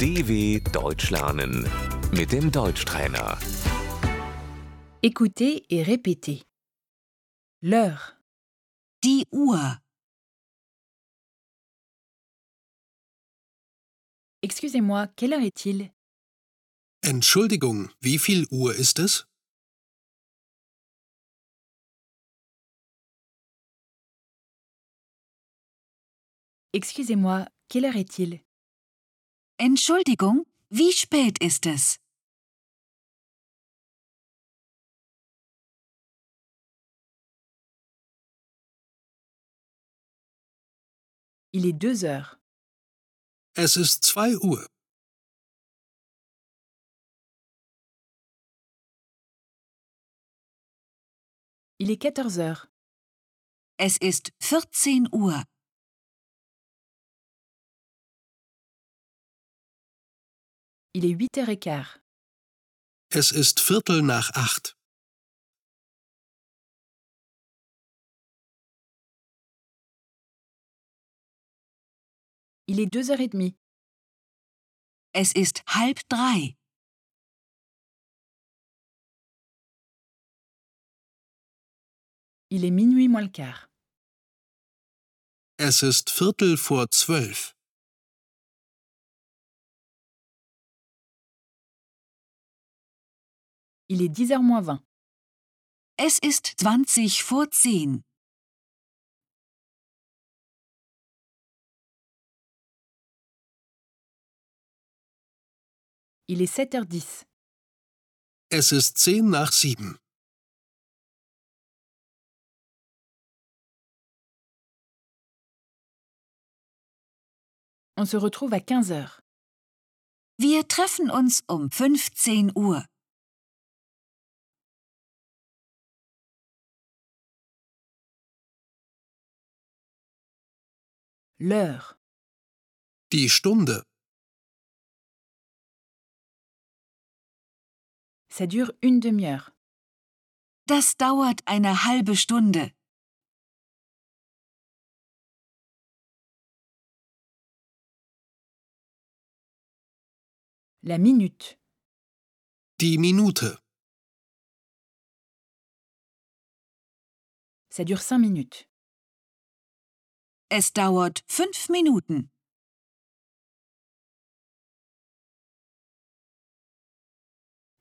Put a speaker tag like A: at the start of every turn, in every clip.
A: DW Deutsch lernen mit dem Deutschtrainer.
B: Écoutez et répétez. L'heure,
C: Die Uhr.
B: excusez-moi, quelle heure est-il
D: Entschuldigung, wie viel Uhr ist es?
B: Excusez-moi, quelle heure est-il
C: Entschuldigung, wie spät ist es?
B: Il est deux heures.
D: Es ist zwei Uhr.
B: Il est 14 heures.
C: Es ist 14 Uhr.
B: Il est 8 heures et quart.
D: Es ist Viertel nach acht.
B: Il est deux heures et demie.
C: Es ist halb drei.
B: Il est minuit moins le quart.
D: Es ist Viertel vor zwölf.
B: Il est 10 heures moins 20.
C: Es ist 20 vor 10.
B: Il est 7h10.
D: Es ist zehn nach sieben.
B: On se retrouve à 15 heures.
C: Wir treffen uns um 15 Uhr.
B: L'heure,
D: Die Stunde.
B: ça dure une demi-heure.
C: Das dauert eine halbe Stunde.
B: La minute,
D: Die Minute.
B: ça dure 5 minutes.
C: Es dauert fünf Minuten.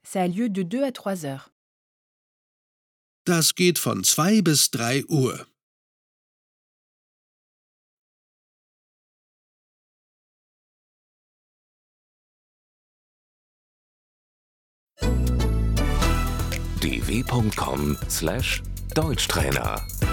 B: Ça a lieu de 2 à 3 heures.
D: Das geht von zwei bis drei Uhr.
A: dw.com/deutschtrainer